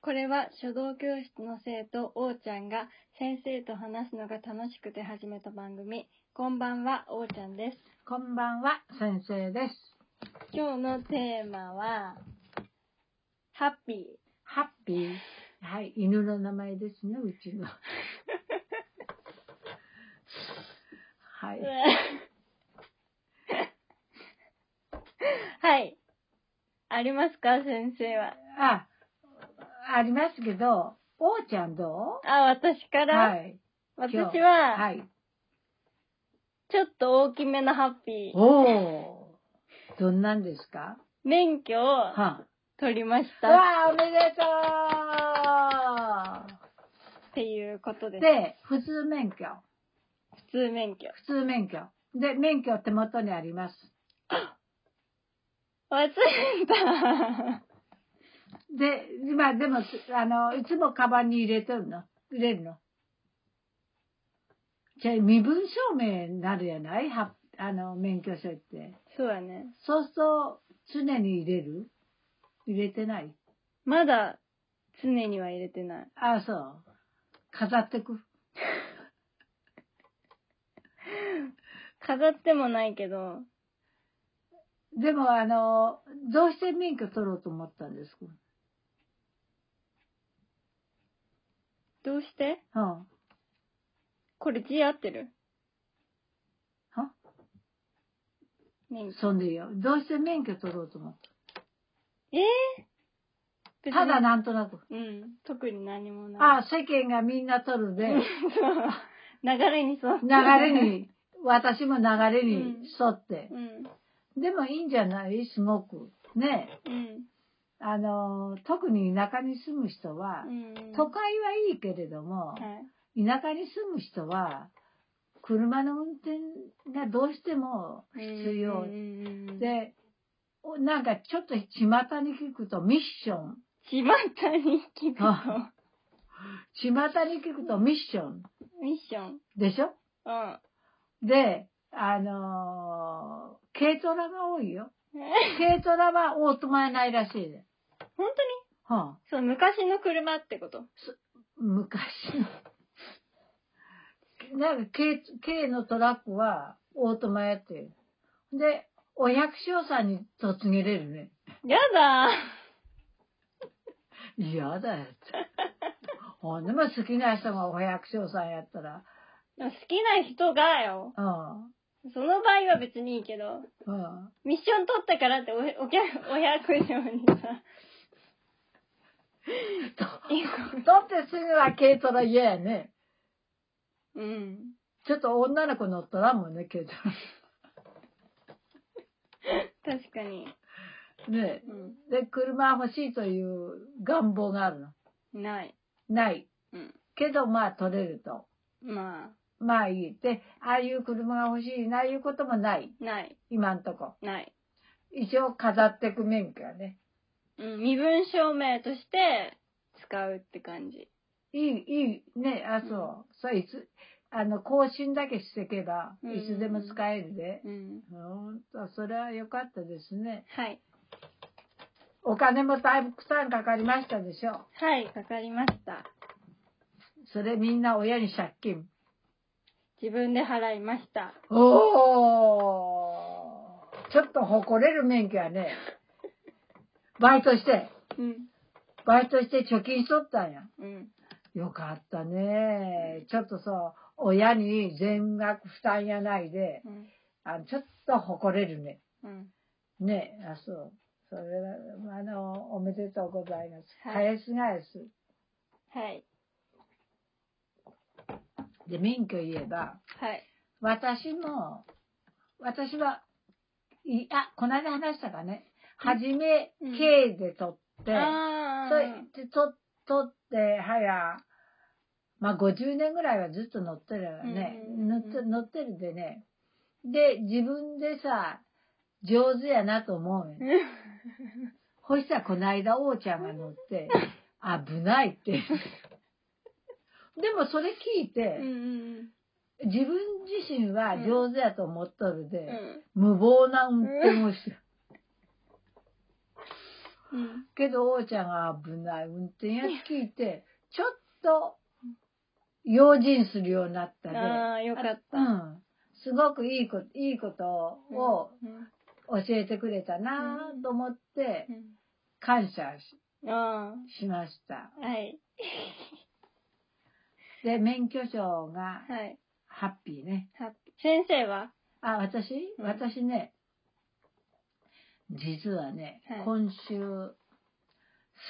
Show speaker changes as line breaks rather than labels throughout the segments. これは書道教室の生徒、おーちゃんが先生と話すのが楽しくて始めた番組。こんばんは、おーちゃんです。
こんばんは、先生です。
今日のテーマは、ハッピー。
ハッピー。はい、犬の名前ですね、う ちの。はい。
はい。ありますか、先生は。
あ、ありますけど、おーちゃんど
あ、私か
う
ら、
はい。
私
今日
は、
はい。
ちょっと大きめのハッピー。
おお。どんなんですか
免許を
は
取りまし
あ。
たっ
わあ、おめでと
ていうことで
う
す。
で、普通免許。
普通免許。
普通免許。で、免許手元にあります。
忘れた。
で、まあでも、あの、いつもカバンに入れとるの入れるのじゃあ身分証明になるやないはあの、免許証って。
そうだね。
そうすると、常に入れる入れてない
まだ常には入れてない。
ああ、そう。飾ってく。
飾ってもないけど、
でも、あの、どうして免許取ろうと思ったんですか
どうして
うん。は
これ字合ってる免許。
そんでいいよ。どうして免許取ろうと思っ
えー
た
別に
ただなんとなく。
うん。特に何もない。
ああ、世間がみんな取るで。
流れにそう。
流れ。に、 私も流れに沿って。
うん。
でもいいんじゃないすごく。ね。
うん。
あの、特に田舎に住む人は、
うん。
都会はいいけれども、
はい。
田舎に住む人は、車の運転がどうしても必要
うんうんうんうん、
で、おなんかちょっと巷に聞くとミッション。
巷に聞くと
あ、巷に聞くとミッション
ミッション。
でしょ
うん。
で、あのー軽トラが多いよ。
え
軽トラはオートマないらしいで。
本当に
はあ、
そう、昔の車ってこと
昔の。なんか軽、軽のトラックはオートマやってる。で、お百姓さんに嫁げれるね。
やだ
嫌だよって。ほんでも好きな人がお百姓さんやったら、
でも好きな人がよ。
う
その場合は別にいいけど、
ん、うん。
ミッション取ったからってお、お客、お百姓にさ、
と、
いい子
だってすぐは軽トラ嫌やね。
うん。
ちょっと女の子乗っとらんもんね、軽ト
確かに。
ラ。ね
う
で、車欲しいという願望があるの。
ん。ない。
ない。
うん。
けど、まあ、取れると。
ま
まあいい。で、ああいう車が欲しいな、いうこともない。
あ、ない。
今んとこ。
ない。
一応飾ってく免許やね。
うん。身分証明として使うって感じ。
いい、いい、ね、あ、そう。それいつ、あの、更新だけしてけば、
うん
いつでも使えるで。
うん。
ほんと、それは良かったですね。
はい。
お金もだいぶくさんかかりましたでしょ。
はい、かかりました。
それみんな親に借金。
自分で払いました。
おーちょっと誇れる免許やね。バイトして、
うん。
バイトして貯金しとったんや。
うん。
よかったね。ちょっとそう、親に全額負担やないで、
うん。
あのちょっと誇れるね。
うん。
ねあ、そう。それは、あの、おめでとうございます。
はい
返す返す。
はい。
で、免許言えば、
はい。
私も、私は、いあ、この間話したかね。はじめ、
うん
K で取って、
あ
それで取取って、はや、まあ50年ぐらいはずっと乗ってるよね。
うんうんうん
乗って乗ってるでね。で、自分でさ、上手やなと思うよ。 ほしたらこないだ王ちゃんが乗って、危ないって。でもそれ聞いて、
うん。うん。
自分自身は上手やと思っとるで、
うん。
無謀な運転をして、
うん。
けど、おーちゃんが危ない運転やって聞いて、ちょっと、用心するようになったで。
ああ、よかった。
うん。すごくいいこと、いいことを
うん、
教えてくれたなぁと思って、
う
感謝し
ん。あ
しました。
あ、はい。
で、免許証が
はい。
ハッピーね。
ハッピー先生は
あ、私
うん
私ね、実はね
はい、
今週、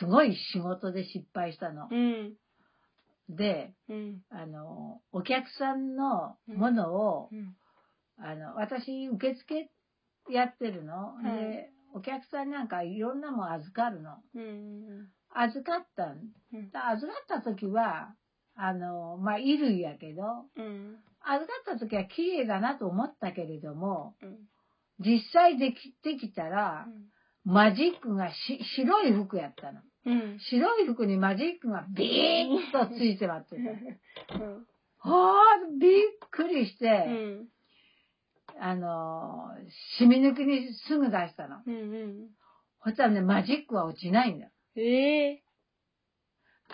すごい仕事で失敗したの
う。ん。
で、
うん。
あの、お客さんのものを、
うん。
あの、私、受付やってるの。
い
で、お客さんなんかいろんなもん預かるの。
うん。
預かったん
うん。
だ預かった時は、あの、まあ、衣類やけど、
うん。
預かった時は綺麗だなと思ったけれども、
うん。
実際できてきたら、マジックがし白い服やったの。
うん。
白い服にマジックがビーッとついてまってた。
うん。
はあ、びっくりして、
うん。
あの、染み抜きにすぐ出したの。
うんうん。
ほしたらね、マジックは落ちないんだ。
ええ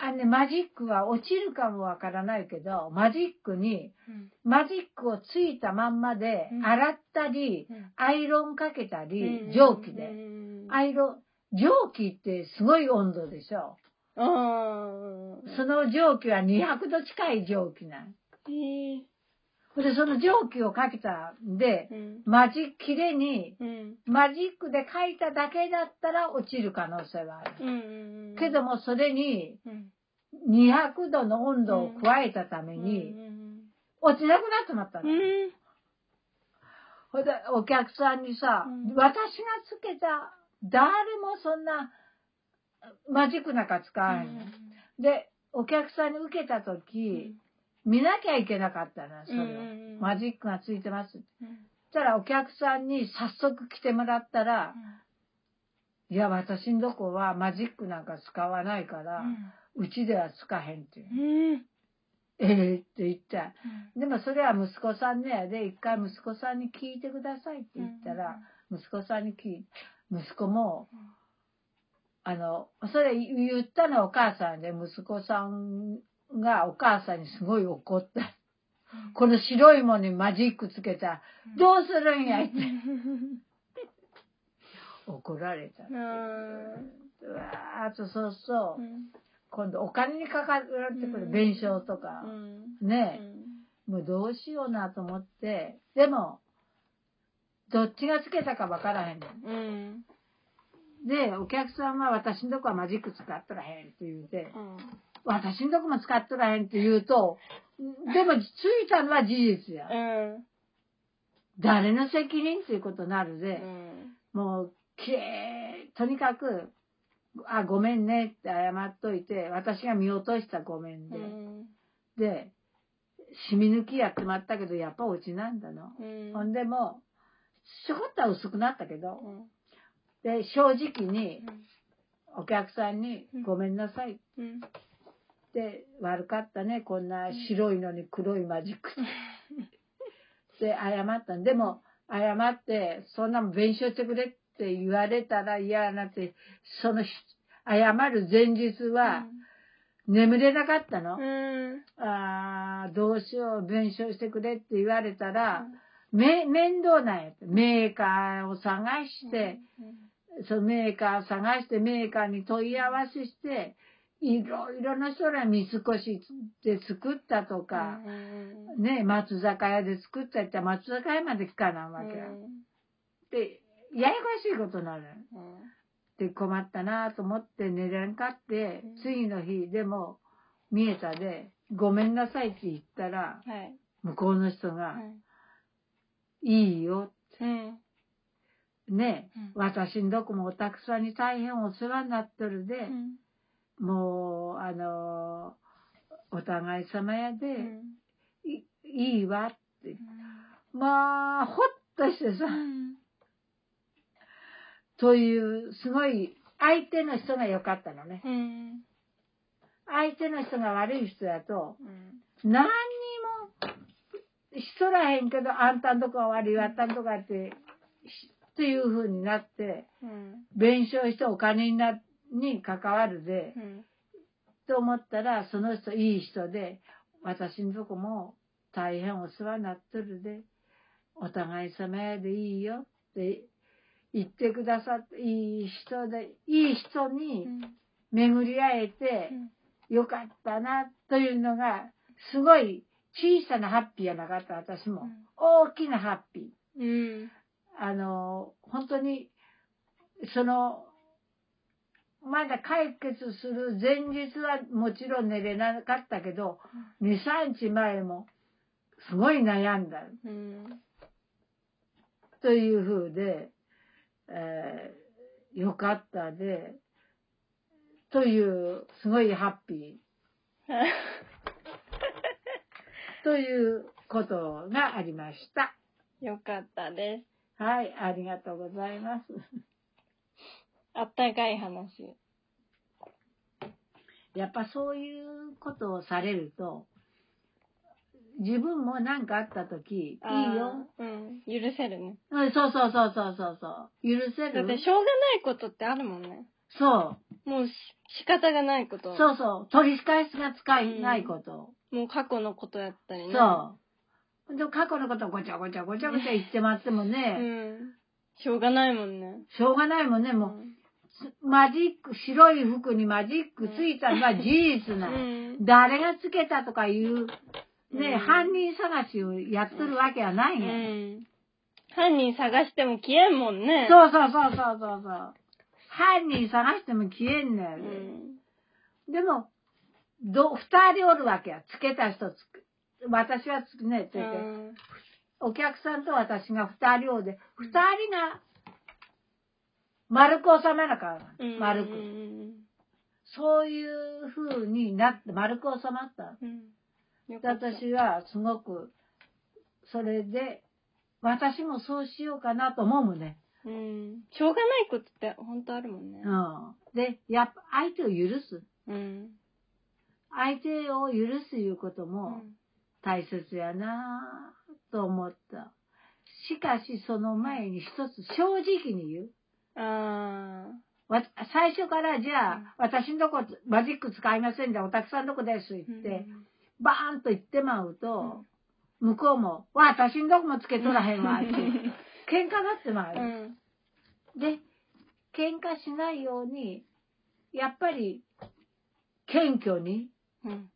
あのね、マジックは落ちるかもわからないけど、マジックに、
うん。
マジックをついたまんまで
うん、
洗ったり、
うん
アイロンかけた
うん
り、蒸気
う
で。
ん
アイロン、蒸気ってすごい温度でしょ。
ああ。
その蒸気は200度近い蒸気なん。
ええ
で、その蒸気をかけたんで、
うん。
マジック、綺麗に、
うん。
マジックで書いただけだったら落ちる可能性はある。
うん。
けど、もそれに
うん。
200度の温度を加えたため
う
に、
ん。
落ちなくなってまった
う
の。
ん。
ほいで、お客さんにさ、
うん
私がつけた、誰もそんな、マジックなんか使わない、ん。で、お客さんに受けたとき、見なきゃいけなかったな、それを。
うん
マジックがついてます。そしたらお客さんに早速来てもらったら、いや、私んとこはマジックなんか使わないから、うちでは使へんってい
う
う。
ん。
ええって言った。でもそれは息子さんのやで、一回息子さんに聞いてくださいって言ったら、息子さんに聞い息子も、
うん
あの、それ言ったのはお母さんで、息子さんがお母さんにすごい怒った。この白いものにマジックつけた。
うん
どうするんやって怒られた。うわーあとそうそう。今度お金にかかってく
う
る
ん
弁償とか。ねもうどうしようなと思って。でも、どっちがつけたかわからへんの。で、お客さんは私のとこはマジック使っとらへんって言うて、私のとこも使っとらへんって言うと、でもついたのは事実や。誰の責任っていうことになるで、もう、きれい、とにかく、あ、ごめんねって謝っといて、私が見落としたごめんで。で、染み抜きやってまったけど、やっぱ落ちなんだの。ほんでもう、ちょこっとは薄くなったけど、で、正直にお客さんに
うん
ごめんなさいって、悪かったね、こんな白いのに黒いマジック で謝ったんでも謝ってそんなもん弁償してくれって言われたら嫌やなってその日謝る前日は眠れなかったの、ああどうしよう弁償してくれって言われたら、め面倒なんやってメーカーを探して、そのメーカー探してメーカーに問い合わせしていろいろな人ら三越で作ったとか、ね松坂屋で作ったって松坂屋まで聞かないわけや、で、ややこしいことになる。で、困ったなと思って寝れんかって
うん、
次の日、でも、見えたで、ごめんなさいって言ったら、向こうの人が、いいよ。ね、
う
私んどこもおたくさんに大変お世話になっとるで、もう、あのーお互い様やで、いいいわって。まあ、ほっとしてさ、という、すごい、相手の人が良かったのね。相手の人が悪い人だと、何にもしとらへんけど、あんたんとこが悪い、あんたんとこがって、しっていう風になって、
うん。
弁償してお金にな、に関わるで、
うん。
と思ったら、その人いい人で、私のとこも大変お世話になっとるで、お互い様やでいいよって言ってくださって、いい人で、いい人
う
に
ん。
巡り会えて
う、ん
よかったな、というのが、すごい小さなハッピーやなかった、私も。大きなハッピー。
うん。
あの、本当に、その、まだ解決する前日はもちろん寝れなかったけど、2、3日前もすごい悩んだ
うん。
という風で、えーよかったで、という、すごいハッピーということがありました。
よかったです。
はい、ありがとうございます。
あったかい話。
やっぱそういうことをされると、自分も何かあったとき、いい
あー
よ。。
うん。許せるね。
うん、そうそうそうそうそうそう。許せ
だって
る
しょうがないことってあるもんね。
そう。
もうし仕方がないこと。
そうそう。取り返しがつかないこと。
もう過去のことやったりね。
そう。でも過去のことをごちゃごちゃごちゃごちゃ言ってまっても
う
ね、
ん。しょうがないもんね。
しょうがないもんね、
う
も
ん。
う、マジック、白い服にマジックつい たのは事実
う
なの。
ん。
誰がつけたとかいう、ね、
うん
犯人探しをやっとるわけはな
う
いんや。
ん。犯人探しても消えんもんね。
そうそうそうそうそうそう。犯人探しても消えんのよ
う
ね、
ん。
でも、ど、二人おるわけや。つけた人つく、私はつくねって
う
言って、
ん。
お客さんと私が二人おるで、二人が、丸く収めなかっ
う
た。
ん
丸
う
く。
ん。
そういう風になって、丸く収まった。
うん。よ
で
かった。
私はすごく、それで、私もそうしようかなと思うもんね。
うん。しょうがないことって本当あるもんね。
うん。で、やっぱ相手を許す。
うん。
相手を許すいうこと
う
も
ん
大切やなぁと思った。しかしその前に一つ正直に言う。
あ
わ最初からじゃあ、
うん
私のとこマジック使いませんじゃあおたくさんのとこです言
ー。
って、
うん
バーンと言ってまうと、向こうも、わ、私のとこもつけとらへんわって、 喧嘩なってまう。
うん。
で、喧嘩しないように、やっぱり、謙虚に
うん。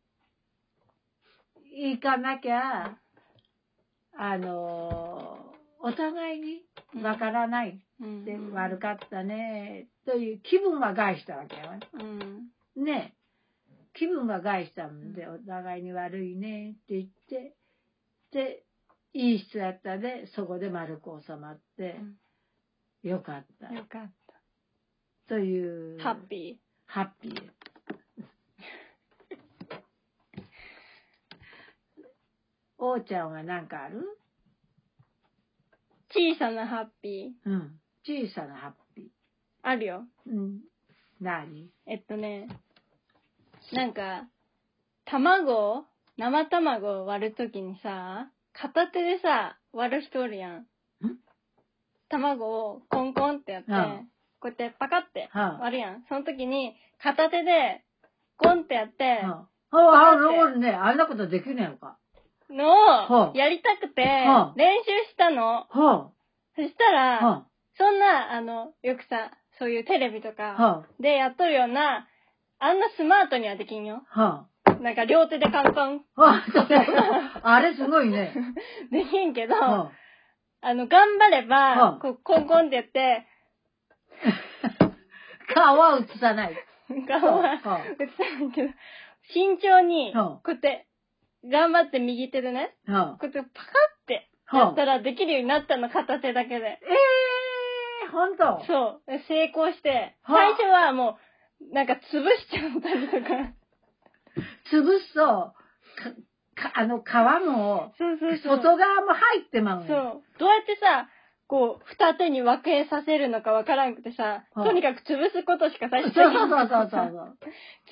行かなきゃ、あのお互いにわからない
うん。
で、悪かったね、という気分は害したわけよ。
うん。
ね。気分は害したんで、お互いに悪いねって言って、で、いい人やったで、そこで丸く収まって、よかっ
うん。よ
た。
かっ
という。
た。ハッピ
ハッ ピー。おーちゃんは何かある
ー。小さなハッピー。
うん。小さなハッピ
あるよ。
ー。うん。何
えっとね、なんか、卵を生卵を割るときにさ、片手でさ、割る人おるやん。卵をコンコンってやって、
うん
こうやってパカって
はあ。
割るやん。その時に、片手で、コンってやって、
はあ、はあ、俺ね、あんなことできねえのか。
の
はあ
を、やりたくて
はあ、
練習したの。
は
そした
あ、
ら、
は
そんな、あの、よくさ、そういうテレビと
あ、
か、
は
でやっとるような、あんなスマートにはできんよ。
あ、は
なんか両手でカンカン
あ。はあ、それあれすごいね。
できんけど、
は
あの、頑張れば
はい、
こう、コンコンってやって、
あ、顔は映さない。
顔は
は
映ってないけど、慎重に、
は
こうやって、頑張って右手でね、
あ、はあ。
こうやってパカって、やったらできるようになったの、片手だけで。
ええー、ほんと。
そう。成功して、最
は
初はもう、なんか潰しちゃったりとか。
潰すと、か、かあの、皮も、
そうそうそう。
外側も入ってまうね。
そう。どうやってさ、こう、二手に分けさせるのかわからんくてさ、
はい
とにかく潰すことしか最
そう
初
そう
に
そうそうそう。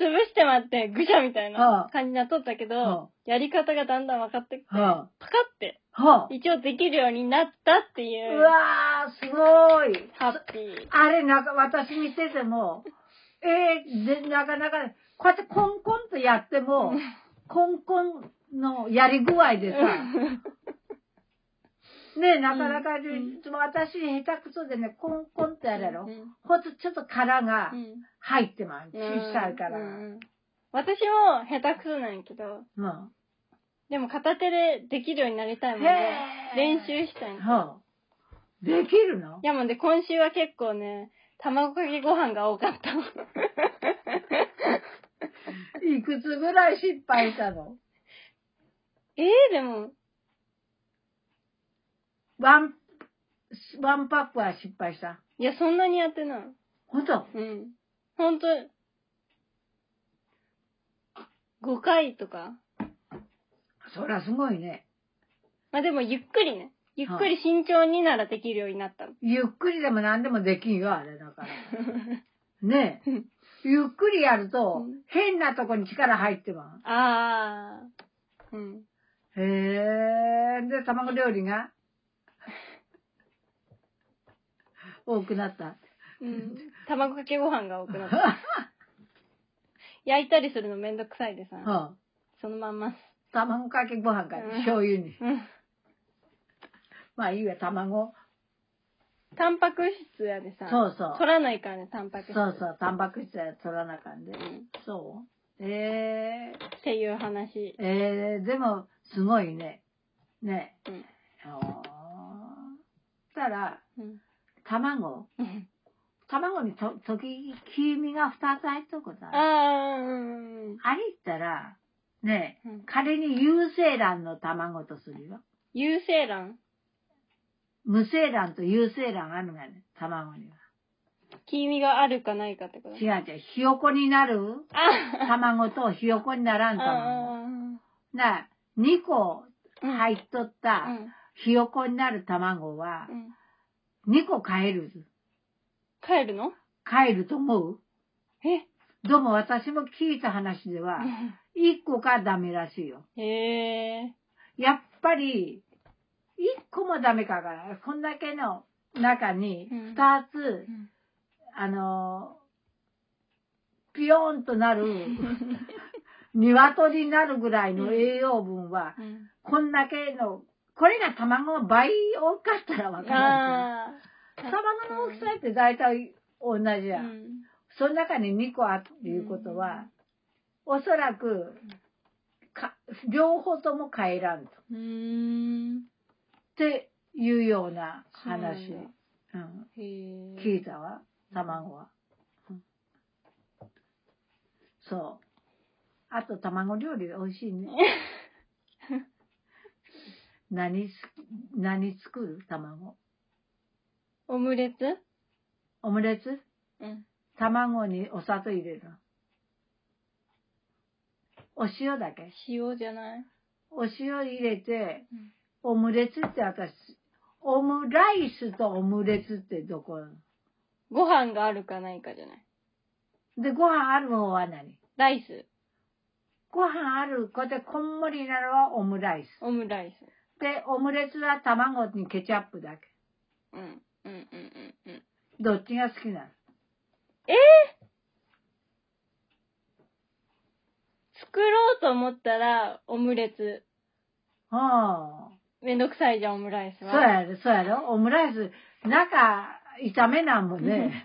潰してまって、ぐしゃみたい
は
ない感じになっとったけど、
は
やり方がだんだん分かってきて、
は
パカって
はあ。
一応できるようになったっていうう、
わー、すごい。
ハッピー。
あれ、なんか私見てても、えー、でなかなか、こうやってコンコンとやっても、コンコンのやり具合でさ、ねなかなか、
うんうん
でも私下手くそでね、コンコンってやるやろ
う。ん
ほんとちょっと殻が
うん
入ってます。小さい殻
う
が。
ん私も下手くそなんやけど、
うん。
でも片手でできるようになりたいもんで、
へー
練習したいの。
はあ、できるの
いやもんで今週は結構ね、卵かけご飯が多か った。
いくつぐらい失敗したの
えー、でも、
ワン、ワンパックは失敗した。
いやそんなにやってない。
ほんと
うん。ほんと、5回とか。
そりゃすごいね。
まあでもゆっくりね。ゆっくり慎重にならできるようになったの。
ゆっくりでも何でもできんよ、あれ だから。ねえ。ゆっくりやると
うん、
変なとこに力入ってま
あー。うん。
す。へえ。で、卵料 理が多くなった。
うん。卵かけご飯が多くなった。焼いたりするのめんどくさいでさ。
うん
そのまんま。
卵かけご飯から
うん
醤油に。
うん。
まあいいわ、卵。
タンパク質やでさ。
そうそう
取らないからね、タンパク質。
そうそう、タンパク質は取らなあかんで。
ん
そうえ
っていう話
え。ええでも、すごいね。ね
うん。
え。あーしたら、
うん。
卵。
うん
卵にと、とき、黄身が2つ入っとくことある
あー、うんうん。
あれ言ったら、ね
う
え
ん、
仮に有精卵の卵とするよ。
有精卵
無精卵と有精卵あるがね、卵には。
黄身があるかないかってこと
違う違う、ひよこになる
あ
卵とひよこにならん卵。
あ
な、2個
ー。うん
入っとっ
う
た
ん。
ひよこになる卵は
う、ん。
2個買える。
帰るの
買えると思う
え
どうも私も聞いた話では、1個がダメらしいよ。
へえ。
やっぱり、1個もダメかから、こんだけの中に
うん
2つ、あのー、ピヨーンと なる、鶏になるぐらいの栄養分は、
うん。
こんだけの、これが卵の倍多かったらわかる
あ
けど、卵の大きさって大体同じ
あ。う
や。
んん。
その中に2個あるっていうことは、おそらく、か両方とも帰らんと。
うーん。
っていうような
そう
話
なんだ
うん、
へえ。
聞いたわ卵は、うんそうあと卵料理美味しい ね何す何作る卵
オムレツ
オムレツ
うん。
卵にお砂糖入れるのお塩だけ
塩じゃない
お塩入れて
うん、
オムレツって私、オムライスとオムレツってどこ
ご飯があるかないかじゃない
で、ご飯ある方は何
ライス。
ご飯ある、こうやってこんもりなのはオムライス。
オムライス。
で、オムレツは卵にケチャップだけ。
うん。うんうんうんうん。
どっちが好きなの
えー、作ろうと思ったら、オムレツ。
ああ。
めんどくさいじゃん、オムライス
そう
は。
やろ、そうやろ。オムライス、中、炒めなんもんね。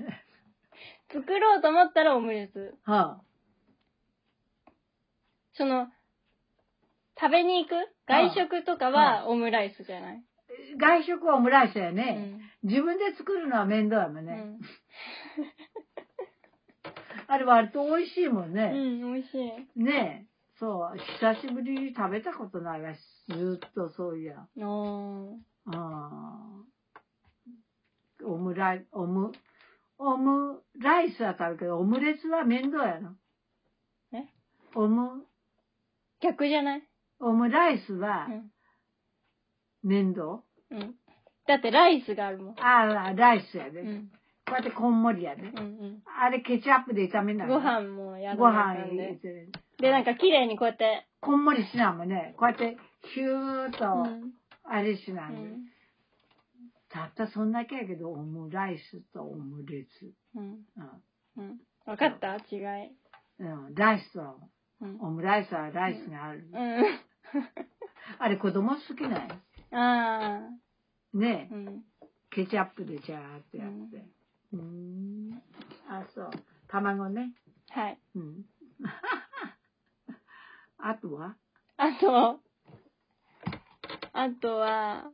作ろうと思ったらオムレツ。
はあ、
その、食べに行く外食とかはオムライスじゃない、
外食はオムライスや
う
ね、
ん
自分で作るのは面倒やもん
う
ね。
ん。
あれ割と美味しいもん
う
ね。
ん、美味しい。
ねえ。そう、久しぶりに食べたことないわ、ずっとそういや。
おー。
あーオムライ、オム、オムライスは食べるけど、オムレツは面倒やの。
え
オム、
逆じゃない
オムライスは
うん。
面倒、
うん。だってライスがあるもん。
ああ、ライスや
う
で、こ
ん。
うやってこんもりやで、
うん
あれケチャップで炒め
う
ない
ん。ご飯もやら
ご
ない
飯
かん
入れ
で。
てる。
で、なんか綺麗にこうやって。
こんもりしなもんね。こうやって、ヒューっと、
うん。
あれしな
うん
で、
ん。
たったそんだけやけど、オムライスとオムレツ。
うん。
う
うん。わかった違い。
ん。うん、ライスは、
うん。
オムライスはライスがある。
う
あれ子供好きなん
ん。ああ。
ねえ
う、ん。
ケチャップでジャーってやって。うーん。あ、そう。卵ね。
はい。
うん。 あとは
あと、あとは、